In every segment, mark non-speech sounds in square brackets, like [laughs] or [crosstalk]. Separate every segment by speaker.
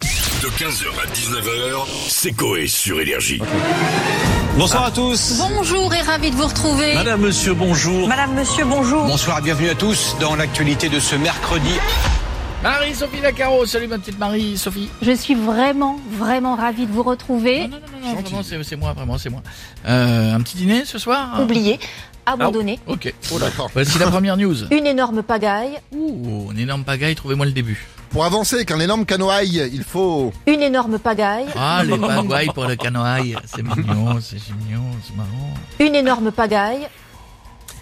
Speaker 1: De 15h à 19h, c'est Coé sur Énergie.
Speaker 2: Bonsoir à tous.
Speaker 3: Bonjour et ravi de vous retrouver.
Speaker 4: Madame, monsieur, bonjour.
Speaker 5: Madame, monsieur, bonjour.
Speaker 6: Bonsoir et bienvenue à tous dans l'actualité de ce mercredi.
Speaker 7: Marie-Sophie Lacaro, salut ma petite Marie-Sophie.
Speaker 3: Je suis vraiment, vraiment ravie de vous retrouver.
Speaker 7: Non, non, non, non, non vraiment, c'est c'est moi, vraiment, c'est moi. Euh, un petit dîner ce soir hein
Speaker 3: Oublié, abandonné,
Speaker 7: Ok.
Speaker 8: Oh,
Speaker 7: Voici la première news.
Speaker 3: une énorme pagaille,
Speaker 7: Ouh, une énorme pagaille, trouvez-moi le début.
Speaker 8: Pour avancer avec un énorme canoë, il faut...
Speaker 3: une énorme pagaille,
Speaker 7: Ah, les pagailles pour le canoë, c'est mignon, c'est mignon, c'est marrant.
Speaker 3: une énorme pagaille,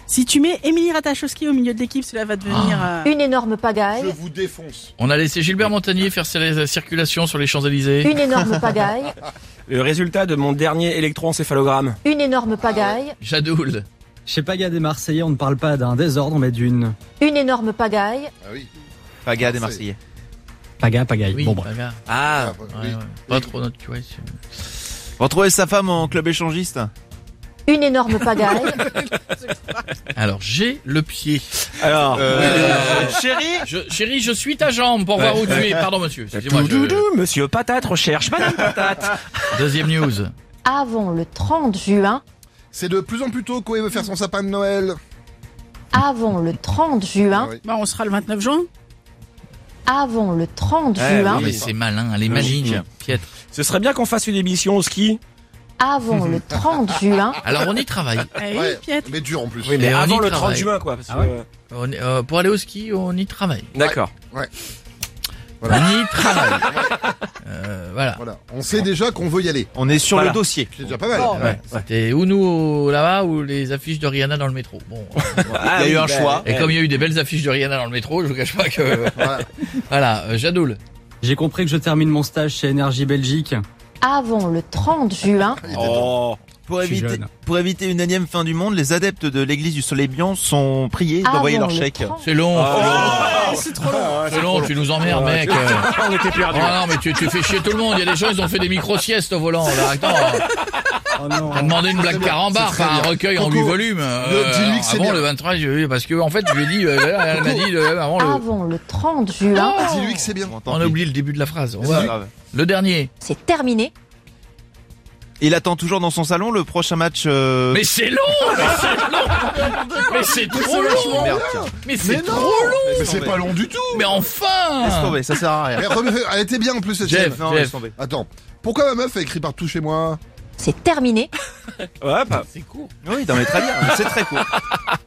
Speaker 9: Si tu mets Émilie Ratajkowski au milieu de l'équipe, cela va devenir. euh,
Speaker 3: une énorme pagaille,
Speaker 8: vous défonce.
Speaker 7: On a laissé Gilbert Montagnier faire sa circulation sur les Champs-Élysées.
Speaker 3: une énorme pagaille,
Speaker 10: Le résultat de mon dernier électroencéphalogramme.
Speaker 3: une énorme pagaille,
Speaker 7: Jadoul.
Speaker 4: Chez Paga des Marseillais, on ne parle pas d'un désordre, mais d'une
Speaker 3: une énorme pagaille,
Speaker 8: Ah oui.
Speaker 6: Paga des Marseillais.
Speaker 4: Paga, pagaille.
Speaker 7: Oui,
Speaker 4: bon, bref.
Speaker 7: paga.
Speaker 6: Ah,
Speaker 8: Ah, bah,
Speaker 7: Ouais,
Speaker 8: oui.
Speaker 7: ouais. Pas trop notre tu vois, c'est-
Speaker 6: vous retrouvez sa femme en club échangiste
Speaker 3: une énorme pagaille,
Speaker 7: Alors, j'ai le pied.
Speaker 10: Alors,
Speaker 6: Euh,
Speaker 10: Euh,
Speaker 6: Chérie
Speaker 7: Je, chérie, je suis ta jambe pour voir où tu es. Pardon, monsieur. Excusez-moi. je-
Speaker 10: doudou, monsieur patate recherche madame patate.
Speaker 7: Deuxième news.
Speaker 3: avant le 30 juin,
Speaker 8: C'est de plus en plus tôt Coé veut faire son sapin de Noël.
Speaker 3: avant le 30 juin,
Speaker 8: Ouais.
Speaker 9: Bah, on sera le 29 juin.
Speaker 3: avant le 30
Speaker 6: Ouais,
Speaker 3: juin,
Speaker 7: Ah, mais c'est malin, elle est maligne, piètre.
Speaker 10: Ce serait bien qu'on fasse une émission au ski.
Speaker 3: avant le 30 juin,
Speaker 7: Alors, on y travaille.
Speaker 9: Eh oui,
Speaker 8: Ouais,
Speaker 9: Pietre.
Speaker 8: mais dur en plus.
Speaker 10: Oui, mais
Speaker 7: Et on y
Speaker 10: avant le 30
Speaker 7: travaille.
Speaker 10: juin, quoi. parce que, euh,
Speaker 7: On est- euh, pour aller au ski, on y travaille.
Speaker 10: D'accord.
Speaker 8: Voilà.
Speaker 7: On y
Speaker 8: [laughs]
Speaker 7: travaille. Euh, voilà.
Speaker 8: Voilà. On sait déjà qu'on veut y aller.
Speaker 6: On est sur
Speaker 10: Voilà.
Speaker 6: le dossier.
Speaker 8: C'est déjà pas mal.
Speaker 7: C'était ou nous au- là-bas ou les affiches de Rihanna dans le métro. Bon.
Speaker 10: Ah
Speaker 6: Il y a eu un
Speaker 10: bah,
Speaker 6: choix.
Speaker 7: Et comme il y a eu des belles affiches de Rihanna dans le métro, je vous cache pas
Speaker 8: [laughs]
Speaker 7: que
Speaker 8: Voilà.
Speaker 7: voilà, euh, Jadoul.
Speaker 4: J'ai compris que je termine mon stage chez Énergie Belgique.
Speaker 3: avant le 30 juin,
Speaker 10: Oh.
Speaker 6: Pour
Speaker 4: Je suis
Speaker 6: éviter,
Speaker 4: jeune.
Speaker 6: pour éviter une énième fin du monde, les adeptes de l'église du Soleil Biant sont priés
Speaker 3: avant
Speaker 6: d'envoyer leur
Speaker 3: le
Speaker 6: chèque.
Speaker 3: 30
Speaker 7: C'est long.
Speaker 8: Ah, c'est trop long.
Speaker 7: c'est long, tu nous emmerdes,
Speaker 10: Ah,
Speaker 7: mec.
Speaker 10: tu-
Speaker 7: euh.
Speaker 8: [laughs]
Speaker 10: On était
Speaker 7: Oh
Speaker 10: perdus.
Speaker 7: non, mais tu, tu fais chier tout le monde. Il y a des gens, ils ont fait des micro-siestes au volant. Là. Attends,
Speaker 4: Oh non.
Speaker 7: on demandait une blague carambar,
Speaker 8: c'est très
Speaker 7: pas un
Speaker 8: bien.
Speaker 7: recueil en
Speaker 8: Coco,
Speaker 7: 8 volumes. Euh,
Speaker 8: dis-lui que
Speaker 7: ah
Speaker 8: c'est
Speaker 7: bon,
Speaker 8: bien.
Speaker 7: le 23, je- parce que en fait, je lui ai dit, euh, elle m'a dit, euh, avant le,
Speaker 3: avant le 30 juin,
Speaker 8: Dis-lui que c'est bien.
Speaker 6: Bon, tant
Speaker 7: on
Speaker 6: pis.
Speaker 7: a oublié le début de la phrase. On
Speaker 6: C'est
Speaker 7: va-
Speaker 6: pas grave.
Speaker 7: Le dernier.
Speaker 3: c'est terminé.
Speaker 6: Il attend toujours dans son salon le prochain match. euh,
Speaker 7: Mais c'est long, [laughs] mais c'est long, mais c'est trop long,
Speaker 6: Merde, tiens.
Speaker 7: mais c'est trop long,
Speaker 8: Mais c'est pas long du tout.
Speaker 7: mais
Speaker 6: Laisse
Speaker 7: enfin.
Speaker 6: tomber, ça sert à
Speaker 8: [laughs]
Speaker 6: rien.
Speaker 8: Mais remets- Elle était bien en plus cette
Speaker 7: Jeff,
Speaker 8: scène.
Speaker 6: Non,
Speaker 7: Jeff.
Speaker 6: laisse tomber.
Speaker 8: Attends. Pourquoi ma meuf a écrit partout chez moi
Speaker 3: C'est terminé.
Speaker 10: Ouais, bah,
Speaker 7: C'est court.
Speaker 6: Oui, non, mais très bien. C'est très court.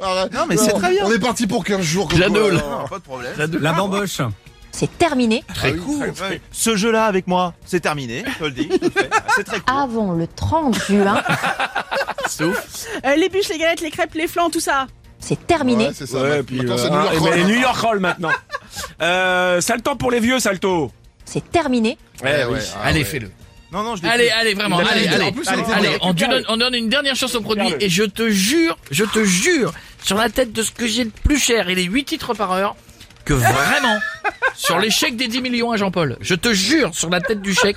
Speaker 8: Arrête.
Speaker 6: Non, mais c'est très bien.
Speaker 8: Ah, On est parti pour 15 jours. comme
Speaker 7: Jadoul.
Speaker 8: quoi.
Speaker 6: Non, pas de problème. Ah
Speaker 4: La bamboche.
Speaker 3: C'est terminé.
Speaker 7: Très court.
Speaker 6: Ouais. Ce jeu-là avec moi, c'est terminé. Je te le dis. je le fais. C'est très court.
Speaker 3: Avant le 30 juin,
Speaker 7: C'est ouf.
Speaker 9: Euh, les bûches, les galettes, les crêpes, les flans, tout ça.
Speaker 3: c'est terminé.
Speaker 8: Ouais, c'est ça.
Speaker 10: Ouais,
Speaker 8: Maintenant,
Speaker 10: puis,
Speaker 8: c'est New
Speaker 10: euh,
Speaker 8: York
Speaker 10: ah,
Speaker 8: Roll.
Speaker 10: mais New York Roll maintenant. Euh, ça le temps pour les vieux, Salto.
Speaker 3: C'est terminé.
Speaker 8: Ouais, ouais. Ah,
Speaker 7: allez,
Speaker 8: ouais.
Speaker 7: fais-le.
Speaker 6: Non, non, je l'ai
Speaker 7: Allez,
Speaker 6: fait.
Speaker 7: allez, vraiment,
Speaker 6: Il a
Speaker 7: allez,
Speaker 6: fait-
Speaker 7: allez.
Speaker 6: En plus,
Speaker 7: allez,
Speaker 6: elle était
Speaker 7: allez,
Speaker 6: bien
Speaker 7: on, te
Speaker 10: récupérée.
Speaker 7: donne, on donne une dernière chance au produit
Speaker 10: Récupère-le.
Speaker 7: et je te jure, je te jure, sur la tête de ce que j'ai le plus cher et les 8 titres par heure, que vraiment, sur l'échec des 10 millions à Jean-Paul, je te jure, sur la tête du chèque,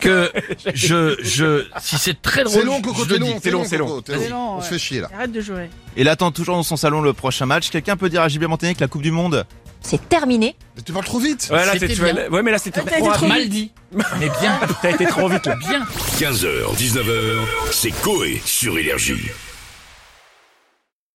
Speaker 7: que je, je, si c'est très drôle,
Speaker 8: C'est long, Coco,
Speaker 7: je le
Speaker 8: t'es
Speaker 7: dis.
Speaker 8: long, t'es long, c'est long.
Speaker 9: C'est long,
Speaker 8: On se
Speaker 9: ouais.
Speaker 8: fait chier là.
Speaker 9: Arrête de jouer.
Speaker 6: Il attend toujours dans son salon le prochain match. Quelqu'un peut dire à Gilbert Montagnier que la Coupe du Monde.
Speaker 3: C'est terminé.
Speaker 8: Mais tu parles trop vite.
Speaker 10: Ouais, là,
Speaker 7: C'était
Speaker 10: t'es- tu vas-
Speaker 7: bien.
Speaker 10: ouais, mais là, c'était
Speaker 9: Ah, t'as été
Speaker 10: trop
Speaker 9: trop
Speaker 10: rapide.
Speaker 7: Mal dit, mais bien,
Speaker 10: T'as été trop vite là.
Speaker 7: bien.
Speaker 1: 15h, 19h, c'est Coé sur Énergie.